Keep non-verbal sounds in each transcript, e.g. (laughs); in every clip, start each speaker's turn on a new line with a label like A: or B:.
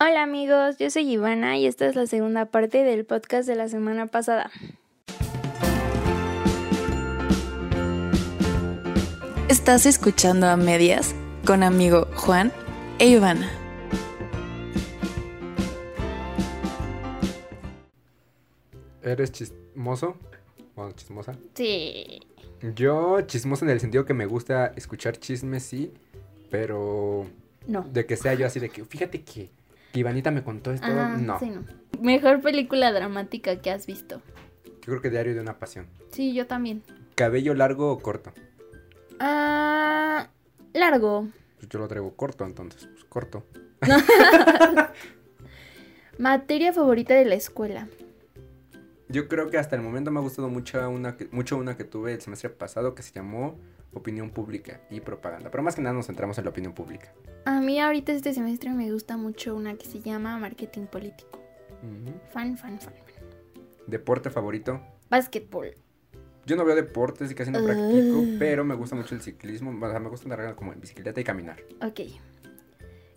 A: Hola amigos, yo soy Ivana y esta es la segunda parte del podcast de la semana pasada.
B: Estás escuchando a medias con amigo Juan e Ivana.
C: ¿Eres chismoso? Bueno, chismosa.
A: Sí.
C: Yo chismoso en el sentido que me gusta escuchar chismes, sí, pero
A: No.
C: de que sea yo así de que, fíjate que, que Ivanita me contó esto,
A: Ah,
C: no.
A: sí, no. Mejor película dramática que has visto.
C: Yo creo que Diario de una Pasión.
A: Sí, yo también.
C: ¿Cabello largo o corto?
A: Ah, largo.
C: Pues yo lo traigo corto, entonces, pues corto.
A: Materia favorita de la escuela.
C: Yo creo que hasta el momento me ha gustado mucho una que, mucho una que tuve el semestre pasado que se llamó Opinión Pública y Propaganda, pero más que nada nos centramos en la opinión pública.
A: A mí ahorita este semestre me gusta mucho una que se llama Marketing Político.
C: Ujú.
A: Fan, fan, fan. fan.
C: ¿Deporte favorito?
A: Básquetbol.
C: Yo no veo deportes y casi no practico,
A: Ah.
C: pero me gusta mucho el ciclismo. O sea, me gusta andar como en bicicleta y caminar.
A: Ok.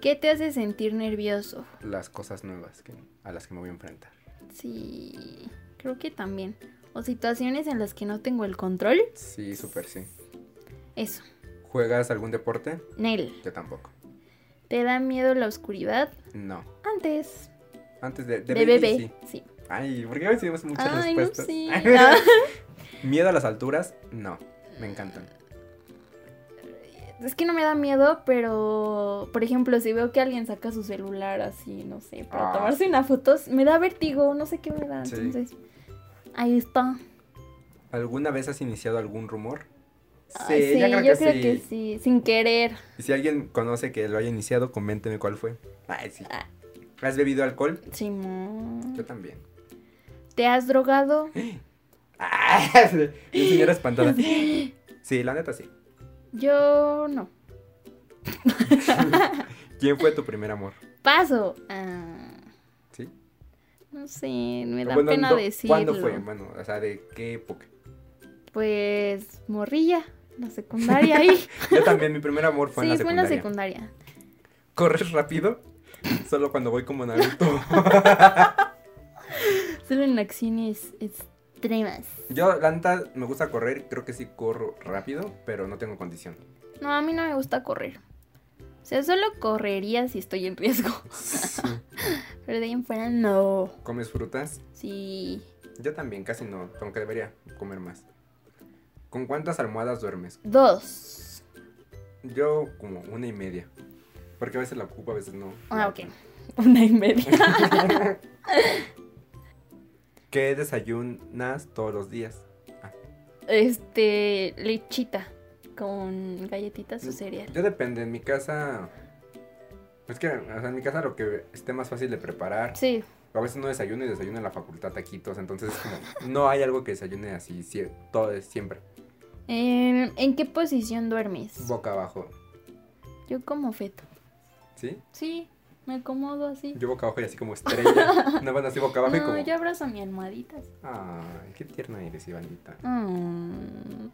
A: ¿Qué te hace sentir nervioso?
C: Las cosas nuevas que, a las que me voy a enfrentar.
A: Sí, creo que también. O situaciones en las que no tengo el control.
C: Sí, súper sí.
A: Eso.
C: ¿Juegas algún deporte?
A: Nel.
C: Yo tampoco.
A: ¿Te da miedo la oscuridad?
C: No.
A: Antes.
C: Antes de,
A: De,
C: de baby,
A: bebé.
C: sí.
A: Sí.
C: Ay, ¿por qué hoy tenemos muchas
A: Ay, no,
C: respuestas?
A: sí.
C: (laughs)
A: Ah,
C: ¿Miedo a las alturas? No. Me encantan.
A: es que no me da miedo, pero por ejemplo, si veo que alguien saca su celular así, no sé, para
C: Ah,
A: tomarse una foto, me da vértigo, no sé qué me da.
C: Sí.
A: Entonces, ahí está.
C: ¿Alguna vez has iniciado algún rumor?
A: Ay, Ah, sí, yo creo que sí, sin querer.
C: Y si alguien conoce que lo haya iniciado, coménteme cuál fue. Ay, sí.
A: Ah.
C: ¿Has bebido alcohol?
A: Simón.
C: Yo también.
A: ¿Te has drogado?
C: Ah, (laughs) Yo
A: (laughs)
C: señora espantada. (laughs) Sí, la neta sí.
A: Yo no.
C: ¿Quién fue tu primer amor?
A: Paso. Ah,
C: ¿Sí?
A: no sé, me da
C: Bueno,
A: pena
C: no,
A: decirlo.
C: ¿Cuándo fue? Bueno, o sea, ¿de qué época?
A: Pues morrilla, la secundaria
C: (laughs)
A: ahí. sí,
C: Yo también, mi primer amor
A: fue
C: fue en la secundaria.
A: en la secundaria.
C: ¿Corres rápido? Solo cuando voy como
A: (laughs)
C: Naruto.
A: Solo en acciones extremas.
C: Yo, la neta, me gusta correr. Creo que sí corro rápido, pero no tengo condición.
A: No, a mí no me gusta correr. O sea, solo correría si estoy en riesgo. (laughs) Pero de ahí en fuera no.
C: ¿Comes frutas?
A: Sí,
C: Yo también, casi no. Aunque debería comer más. ¿Con cuántas almohadas duermes?
A: dos.
C: Yo como una y media. Porque a veces la ocupo, a veces no.
A: Ah, ok. Una y media.
C: (laughs) ¿Qué desayunas todos los días?
A: Este, lechita con galletitas o cereal.
C: Yo depende, en mi casa. Es que, o sea, en mi casa lo que esté más fácil de preparar.
A: Sí,
C: A veces no desayuno y desayuno en la facultad taquitos. Entonces, es como, no hay algo que desayune así sie- todo es siempre.
A: Eh, ¿En qué posición duermes?
C: Boca abajo.
A: Yo como feto.
C: ¿Sí?
A: Sí, me acomodo así.
C: Yo boca abajo y así
A: (laughs)
C: como estrella. no van así boca abajo y
A: no,
C: como.
A: yo abrazo a mi almohaditas.
C: Ay, qué tierna eres, Ivanita.
A: Mm,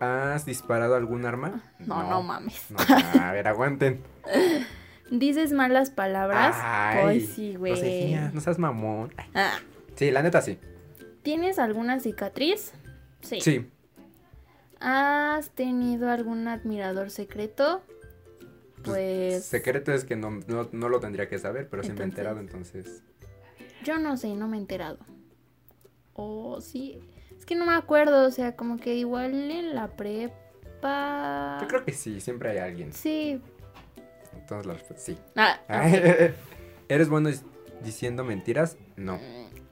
C: ¿Has disparado algún arma?
A: no, no, mames.
C: No, a ver, aguanten.
A: (laughs) ¿Dices malas palabras?
C: Ay,
A: Ay, sí, güey.
C: Josefina, no seas mamón. Ay.
A: Ah,
C: Sí, la neta sí.
A: ¿Tienes alguna cicatriz? Sí.
C: Sí.
A: ¿Has tenido algún admirador secreto? Pues
C: Secreto es que no, no- no lo tendría que saber, pero sí me he
A: Entonces.
C: enterado, entonces.
A: yo no sé, no me he enterado. Oh, sí. Es que no me acuerdo, o sea, como que igual en la prepa.
C: Yo creo que sí, siempre hay alguien.
A: Sí.
C: Entonces la respuesta pues, sí.
A: Ah,
C: (laughs) ¿Eres bueno dis- diciendo mentiras? No.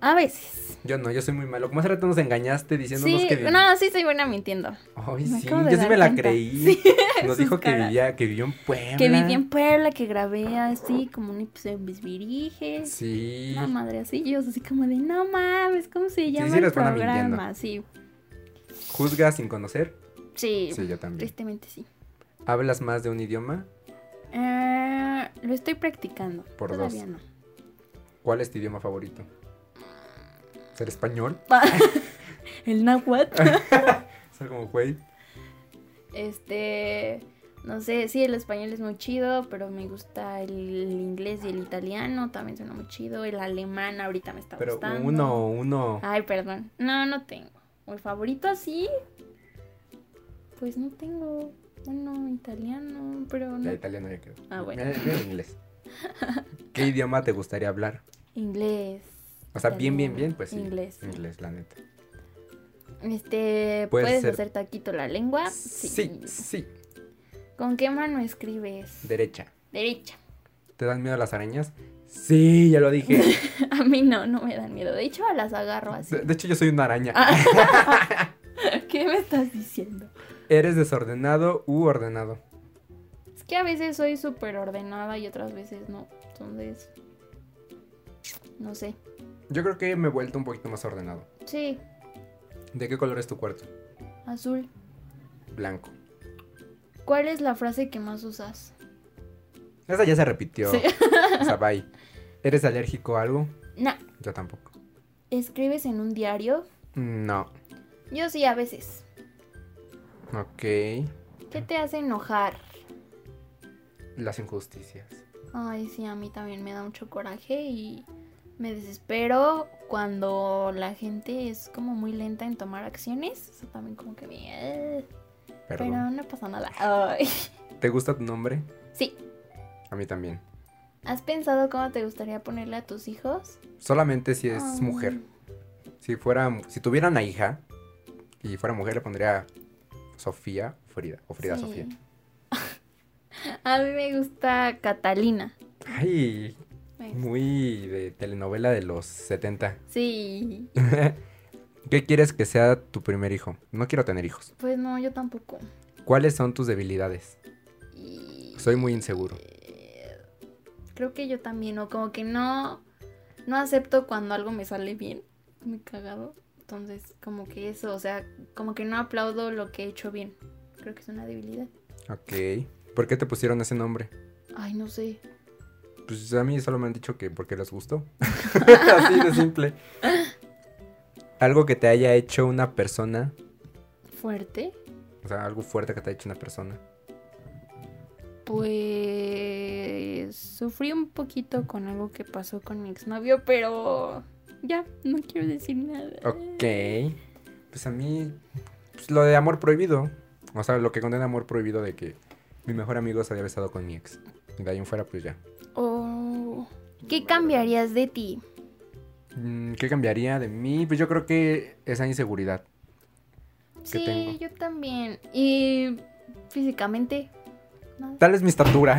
A: A veces.
C: Yo no, yo soy muy malo. Como hace rato nos engañaste diciéndonos
A: Sí,
C: que vivía-
A: no, sí soy buena mintiendo.
C: Ay,
A: me
C: sí,
A: acabo
C: yo
A: de
C: sí
A: dar
C: me la
A: cuenta. (laughs)
C: creí. Nos
A: sus
C: dijo que
A: caras.
C: vivía, que vivió en Puebla.
A: Que viví en Puebla, que grabé así como un episodio en Bisbirige.
C: Sí.
A: Una madre así, yo así como de, no mames, ¿cómo se llama
C: sí
A: el
C: eres buena
A: programa?
C: mintiendo.
A: Sí,
C: ¿Juzgas sin conocer?
A: sí,
C: Sí, yo también.
A: tristemente sí.
C: ¿Hablas más de un idioma?
A: Eh, lo estoy practicando.
C: Por
A: Todavía
C: dos.
A: no. (laughs)
C: ¿Cuál es tu idioma favorito? ¿Ser español? (laughs)
A: el náhuatl.
C: Ser como güey.
A: este, No sé, sí, el español es muy chido, pero me gusta el, inglés y el italiano, también suena muy chido. El alemán ahorita me está
C: Pero
A: gustando. Ah,
C: uno, uno.
A: Ay, perdón. No, no tengo. ¿O el favorito así? Pues no tengo uno italiano, pero no.
C: La italiana ya quedó.
A: Ah, bueno.
C: Eh, eh,
A: (laughs)
C: inglés. ¿Qué idioma te gustaría hablar?
A: Inglés.
C: O sea, bien, bien,
A: italiano,
C: bien, pues sí.
A: Inglés. sí.
C: Inglés, la neta.
A: Este,
C: Puede
A: ¿puedes
C: ser.
A: hacer taquito la lengua?
C: Sí, sí.
A: ¿Con qué mano escribes?
C: Derecha.
A: Derecha. (laughs)
C: ¿Te dan miedo las arañas? Sí, ya
A: (laughs)
C: lo dije.
A: A mí no, no me dan miedo. De hecho, las agarro así.
C: De, de hecho, yo soy una araña.
A: Ah. (laughs) ¿Qué me estás diciendo?
C: ¿Eres desordenado u ordenado?
A: Es que a veces soy súper ordenada y otras veces no. Entonces, no sé.
C: Yo creo que me he vuelto un poquito más ordenado.
A: Sí,
C: ¿De qué color es tu cuarto?
A: azul.
C: Blanco.
A: ¿Cuál es la frase que más usas?
C: Esa ya se repitió.
A: Sí. (laughs)
C: O sea, bye. ¿Eres alérgico a algo?
A: Nah,
C: Yo tampoco.
A: ¿escribes en un diario?
C: No.
A: Yo sí, a veces.
C: Ok.
A: ¿Qué te hace enojar?
C: Las injusticias.
A: Ay, sí, a mí también me da mucho coraje y me desespero cuando la gente es como muy lenta en tomar acciones. Eso también como que me... eh, Pero
C: Perdón.
A: no pasa nada. Ay. (laughs)
C: ¿Te gusta tu nombre?
A: Sí.
C: A mí también.
A: ¿Has pensado cómo te gustaría ponerle a tus hijos?
C: Solamente si es
A: Ay.
C: mujer. Si fuera, si tuviera una hija y fuera mujer le pondría Sofía Frida o Frida
A: Sí.
C: Sofía.
A: (laughs) A mí me gusta Catalina.
C: Ay, este.
A: Me gusta.
C: muy de telenovela de los 70.
A: Sí.
C: ¿Qué quieres que sea tu primer hijo? No quiero tener hijos.
A: Pues no, yo tampoco.
C: ¿Cuáles son tus debilidades?
A: Y...
C: Soy muy inseguro.
A: Eh, Creo que yo también, o como que no, no acepto cuando algo me sale bien, muy cagado. Entonces, como que eso, o sea, como que no aplaudo lo que he hecho bien. Creo que es una debilidad.
C: Ok. ¿Por qué te pusieron ese nombre?
A: Ay, no sé.
C: Pues a mí solo me han dicho que porque les (laughs) gustó. Así de simple. Algo que te haya hecho una persona.
A: Fuerte.
C: O sea, algo fuerte que te haya hecho una persona.
A: Pues sufrí un poquito con algo que pasó con mi exnovio, pero ya, no quiero decir nada.
C: Ok. Pues a mí. Pues lo de amor prohibido. O sea, lo que condena amor prohibido de que mi mejor amigo se había besado con mi ex. Y de ahí en fuera, pues ya.
A: Oh, ¿Qué cambiarías de ti?
C: Mm, ¿Qué cambiaría de mí? Pues yo creo que esa inseguridad. que
A: Sí,
C: tengo.
A: yo también. Y físicamente. Nada.
C: Tal es mi (laughs) estatura.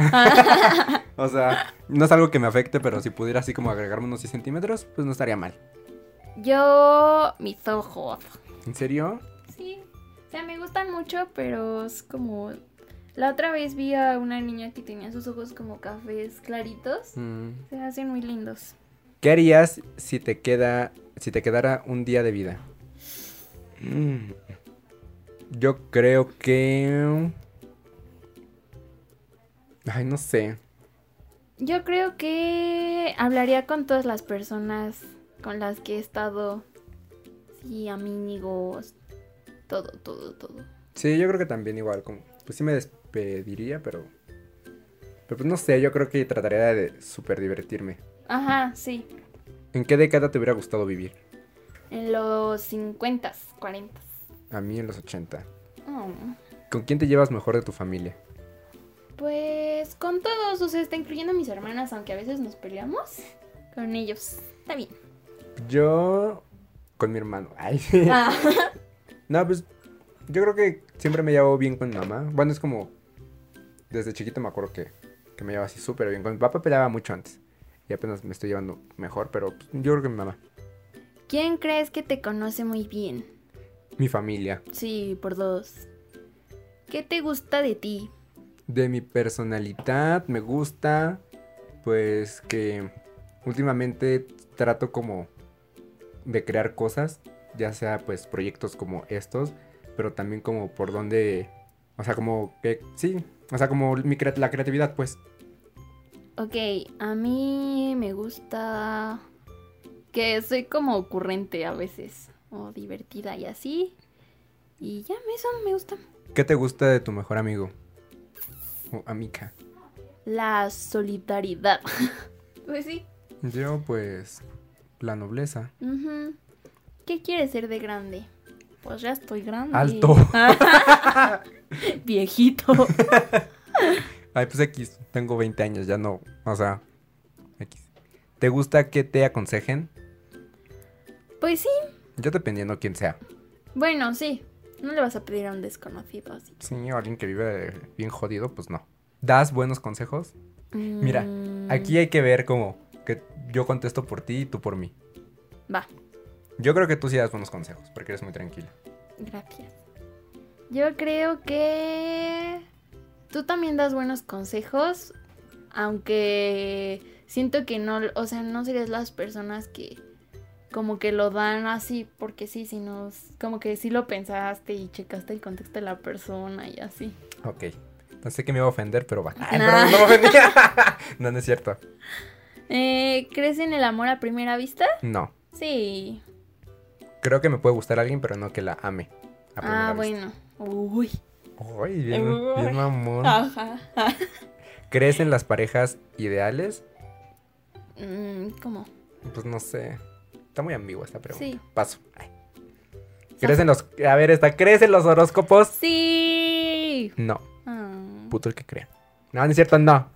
C: o sea, no es algo que me afecte, pero si pudiera así como agregarme unos 10 centímetros, pues no estaría mal.
A: Yo, mis ojos.
C: ¿En serio?
A: Sí. O sea, me gustan mucho, pero es como... La otra vez vi a una niña que tenía sus ojos como cafés claritos.
C: Mm.
A: Se hacen muy lindos.
C: ¿Qué harías si te queda. si te quedara un día de vida? Mm. Yo creo que. Ay, no sé.
A: Yo creo que hablaría con todas las personas con las que he estado. Sí, amigos. Todo, todo, todo.
C: Sí, yo creo que también igual, como. Pues sí me despediría, pero. Pero pues no sé, yo creo que trataría de super divertirme.
A: Ajá, sí.
C: ¿En qué década te hubiera gustado vivir?
A: En los 50, 40.
C: A mí en los 80.
A: Oh.
C: ¿Con quién te llevas mejor de tu familia?
A: Pues con todos, o sea, está incluyendo a mis hermanas, aunque a veces nos peleamos con ellos. Está bien.
C: Yo. con mi hermano. Ay.
A: (laughs)
C: (laughs)
A: Ah,
C: No, pues yo creo que siempre me llevo bien con mi mamá. Bueno, es como desde chiquito me acuerdo que, que me llevaba así súper bien con mi papá, peleaba mucho antes. Y apenas me estoy llevando mejor, pero pues, yo creo que mi mamá.
A: ¿Quién crees que te conoce muy bien?
C: Mi familia.
A: Sí, por dos. ¿Qué te gusta de ti?
C: De mi personalidad me gusta, pues que últimamente trato como de crear cosas, ya sea pues proyectos como estos, pero también como por donde, o sea, como que sí, o sea, como mi crea- la creatividad pues.
A: Ok, a mí me gusta que soy como ocurrente a veces, o divertida y así. Y ya, eso me gusta.
C: ¿Qué te gusta de tu mejor amigo? mismo, amiga.
A: La solidaridad. pues sí.
C: Yo, pues, la nobleza.
A: Ujú. ¿Qué quieres ser de grande? Pues ya estoy grande.
C: Alto. (laughs)
A: Viejito.
C: Ay, pues X, tengo 20 años, ya no, o sea, X. ¿Te gusta que te aconsejen?
A: Pues sí.
C: Yo dependiendo quién sea.
A: Bueno, sí. No le vas a pedir a un desconocido así.
C: Sí, o alguien que vive bien jodido, pues no. ¿Das buenos consejos? Mira,
A: Mm,
C: Aquí hay que ver como que yo contesto por ti y tú por mí.
A: Va,
C: Yo creo que tú sí das buenos consejos, porque eres muy tranquila.
A: gracias. Yo creo que tú también das buenos consejos, aunque siento que no, o sea, no serías las personas que como que lo dan así porque sí, sino s- como que sí lo pensaste y checaste el contexto de la persona y así.
C: Ok. Pensé que me iba a ofender, pero va. Ay,
A: Nah.
C: perdón, no me ofendí. (laughs) no, no es cierto.
A: Eh, ¿Crees en el amor a primera vista?
C: No.
A: Sí.
C: Creo que me puede gustar alguien, pero no que la ame. a primera
A: Ah, bueno. Uy.
C: vista. Ay, bien,
A: Uy. Ah.
C: bien mamón.
A: Ajá.
C: ¿Crees en las parejas ideales?
A: Mm, ¿Cómo?
C: Pues no sé. Está muy ambigua esta pregunta.
A: Sí.
C: Paso. Ay. ¿Crees en los. A ver, esta. ¿Crees en los horóscopos?
A: Sí.
C: No.
A: Ah.
C: Puto el que crea. No, no es cierto, no.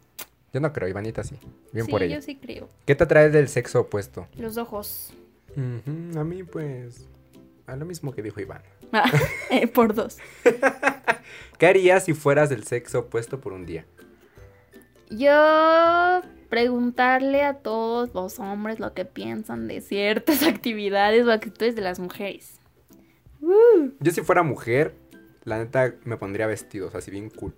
C: Yo no creo, Ivanita sí. Bien
A: sí,
C: por ella.
A: yo sí creo.
C: ¿Qué te atrae del sexo opuesto?
A: Los ojos.
C: a mí, pues. A lo mismo que dijo Iván.
A: Ah, (laughs) eh, por dos.
C: ¿Qué harías si fueras del sexo opuesto por un día?
A: Yo preguntarle a todos los hombres lo que piensan de ciertas (laughs) actividades o actitudes de las mujeres.
C: Yo, si fuera mujer, la neta me pondría vestidos así bien cool.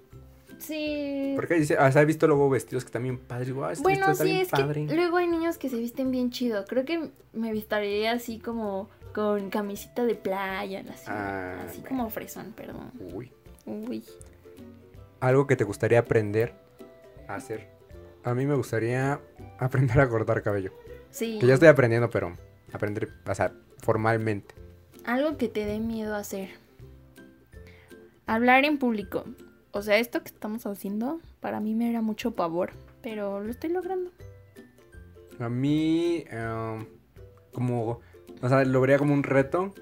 A: Sí.
C: Porque dice, o sea, he visto luego vestidos que están bien padres. Digo, "Ah, este vestido
A: Bueno,
C: está
A: sí,
C: bien
A: es
C: padre".
A: que luego hay niños que se visten bien chido. Creo que me vistaría así como con camisita de playa, así,
C: Ah,
A: así
C: bueno.
A: como fresón, perdón.
C: Uy.
A: Uy.
C: Algo que te gustaría aprender a hacer. A mí me gustaría (laughs) aprender a cortar cabello.
A: Sí.
C: Que ya estoy aprendiendo, pero aprender, o sea, formalmente.
A: Algo que te dé miedo hacer. Hablar en público. O sea, esto que estamos haciendo para mí me era mucho pavor, pero lo estoy logrando.
C: A mí, em, como, o sea, lo vería como un reto,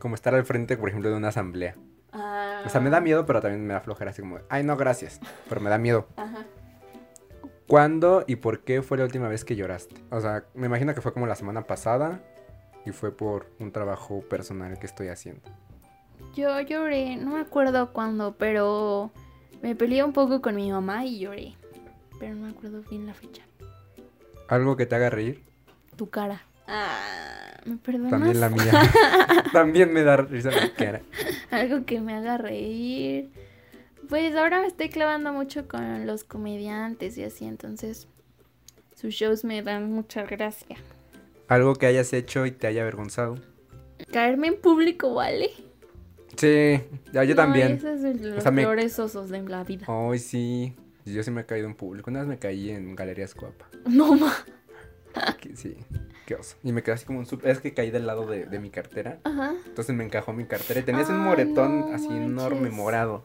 C: como estar al frente, por ejemplo, de una asamblea. O sea, me
A: Ah.
C: da miedo, pero también me da flojera, así como, ay, no, gracias, pero me da miedo.
A: Ajá.
C: ¿Cuándo y por qué fue la última vez que lloraste? O sea, me imagino que fue como la semana pasada y fue por un trabajo personal que estoy haciendo.
A: Yo lloré, no me acuerdo cuándo, pero me peleé un poco con mi mamá y lloré. Pero no me acuerdo bien la fecha.
C: Algo que te haga reír,
A: Tu cara. Ah, ¿Me perdonas?
C: también la mía.
A: (laughs)
C: también me da risa la cara.
A: Algo que me haga reír. Pues ahora me estoy clavando mucho con los comediantes y así, entonces sus shows me dan mucha gracia.
C: Algo que hayas hecho y te haya avergonzado.
A: Caerme en público, ¿vale?
C: Sí, ya, yo
A: No,
C: también.
A: Esos es de los
C: O sea, me-
A: peores osos de la vida.
C: Ay, sí. Yo sí me he caído en público. Una vez me caí en
A: (laughs)
C: Galerías Coapa.
A: No, ma.
C: Que- Sí, qué oso. Y me quedé así como un super. Es que caí del lado de, de mi cartera.
A: Ajá.
C: Entonces me encajó mi cartera. Y tenías un
A: Ay,
C: moretón
A: Ah, no
C: así enorme,
A: manches.
C: morado.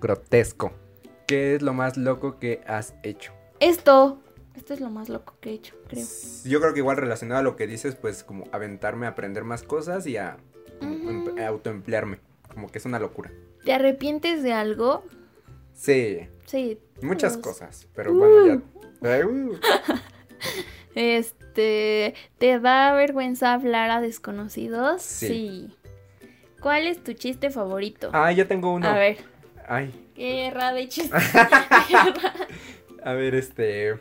C: Grotesco. ¿Qué es lo más loco que has hecho?
A: Esto. Esto es lo más loco que he hecho, creo.
C: Yo creo que igual relacionado a lo que dices, pues como aventarme a aprender más cosas y a, como em-
A: Ujú.
C: a autoemplearme. Como que es una locura.
A: ¿Te arrepientes de algo?
C: Sí,
A: Sí.
C: muchas
A: todos.
C: cosas. Pero bueno,
A: Pues, Uh.
C: ya. Ay, uh.
A: Este, ¿te da vergüenza hablar a desconocidos?
C: Sí.
A: ¿Cuál es tu chiste favorito?
C: Ah, ya tengo uno.
A: A ver,
C: Ay.
A: guerra de chistes.
C: (laughs) A ver, este.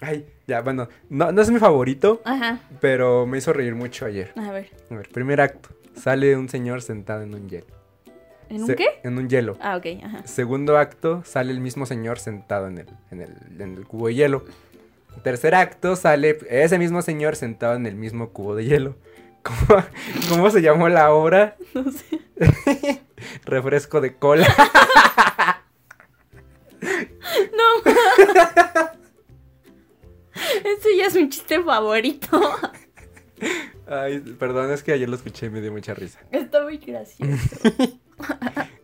C: Ay, ya, bueno. No, no es mi favorito,
A: Ajá,
C: pero me hizo reír mucho ayer.
A: a ver.
C: A ver, primer acto. Sale un señor sentado en un hielo.
A: ¿En
C: Se-
A: un qué?
C: En un hielo.
A: Ah, ok, ajá. (laughs)
C: Segundo acto, sale el mismo señor sentado en el, en el, en el cubo de hielo. Tercer acto, sale ese mismo señor sentado en el mismo cubo de hielo. (laughs) ¿Cómo, cómo se llamó la obra?
A: No sé.
C: Refresco de cola. (laughs)
A: No. (laughs) Ese ya es mi chiste favorito. (laughs)
C: Ay, perdón, es que ayer lo escuché y me dio mucha risa. (laughs)
A: Está muy gracioso.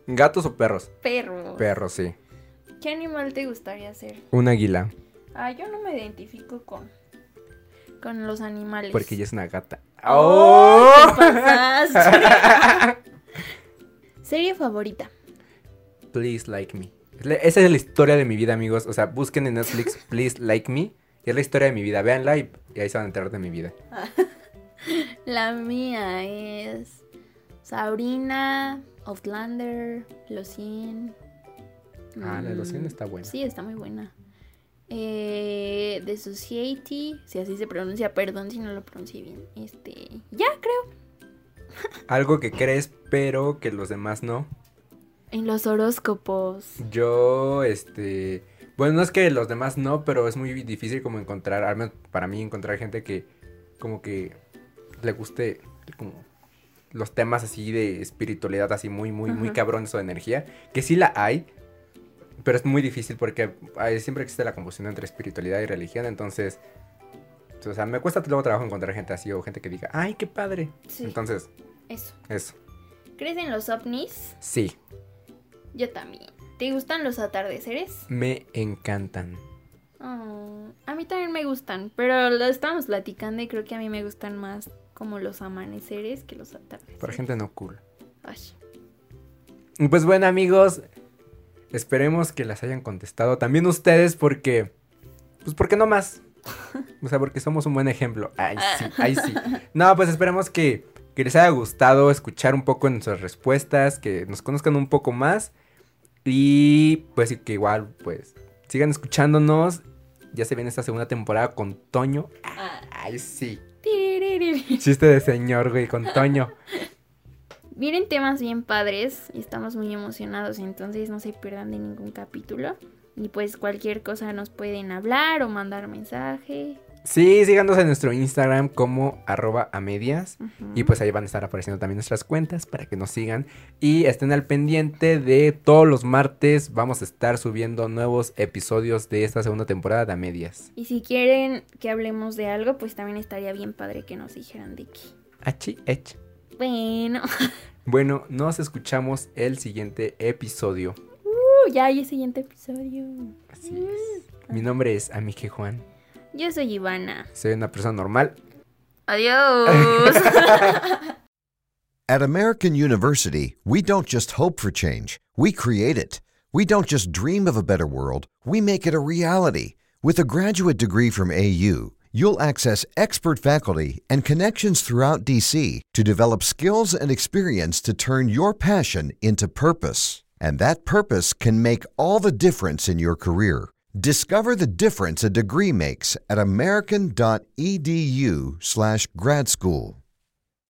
C: ¿Gatos o perros?
A: Perro.
C: Perros, sí.
A: ¿Qué ¿Qué animal te gustaría ser?
C: Un águila,
A: Ah, yo no me identifico con, con los animales.
C: porque ella es una gata.
A: ¡Oh!
C: ¡Oh!
A: te pasaste!
C: (laughs)
A: Serie favorita.
C: Please Like Me. Es la- Esa es la historia de mi vida, amigos. O sea, busquen en Netflix Please Like Me. Y es la historia de mi vida. Véanla y, y ahí se van a enterar de mi vida.
A: La mía es Sabrina, Outlander, Los 100.
C: Ah, la de los
A: Mm,
C: 100 está buena.
A: Sí, está muy buena. Eh, The Society, si así se pronuncia, perdón si no lo pronuncié bien. Este, ya creo.
C: Algo que crees, pero que los demás no.
A: En los horóscopos.
C: Yo, este. Bueno, no es que los demás no, pero es muy difícil como encontrar, al menos para mí, encontrar gente que como que le guste como los temas así de espiritualidad, así muy, muy, muy
A: Ajá.
C: cabrones o de energía, que sí la hay, pero es muy difícil porque hay- siempre existe la confusión entre espiritualidad y religión, entonces, o sea, me cuesta luego trabajo encontrar gente así o gente que diga, ay, qué padre.
A: Sí.
C: Entonces,
A: Eso.
C: eso,
A: ¿Crees en los ovnis?
C: sí,
A: Yo también. ¿Te gustan los atardeceres?
C: me encantan.
A: Oh, a mí también me gustan, pero lo estábamos platicando y creo que a mí me gustan más como los amaneceres que los atardeceres.
C: Para gente no cool.
A: Ay,
C: Y Pues bueno, amigos, esperemos que las hayan contestado también ustedes porque pues porque no más. O sea, porque somos un buen ejemplo. Ay, sí, ay, sí. No, pues esperemos que, que les haya gustado escuchar un poco nuestras respuestas, que nos conozcan un poco más y pues y que igual pues sigan escuchándonos. Ya se viene esta segunda temporada con Toño.
A: ah,
C: Ay, sí.
A: tiririri.
C: Chiste de señor, güey, con Toño.
A: Vienen temas bien padres y estamos muy emocionados, entonces no se pierdan de ningún capítulo. Y pues cualquier cosa nos pueden hablar o mandar mensaje.
C: Sí, síganos en nuestro Instagram como arroba a medias.
A: Ujú.
C: Y pues ahí van a estar apareciendo también nuestras cuentas para que nos sigan y estén al pendiente de todos los martes vamos a estar subiendo nuevos episodios de esta segunda temporada de A medias.
A: Y si quieren que hablemos de algo, pues también estaría bien padre que nos dijeran de qué.
C: Achi, ech.
A: Bueno, (laughs)
C: Bueno, nos escuchamos el siguiente episodio.
A: uh, ya hay el siguiente episodio.
C: Así es. Mi nombre es Amike Juan.
A: Yo soy Ivana.
C: Soy una persona normal.
A: Adiós.
D: At American University, we don't just hope for change, we create it. We don't just dream of a better world, we make it a reality. With a graduate degree from AU, you'll access expert faculty and connections throughout DC to develop skills and experience to turn your passion into purpose. And that purpose can make all the difference in your career. Discover the E difference a degree makes at american.edu/grad school.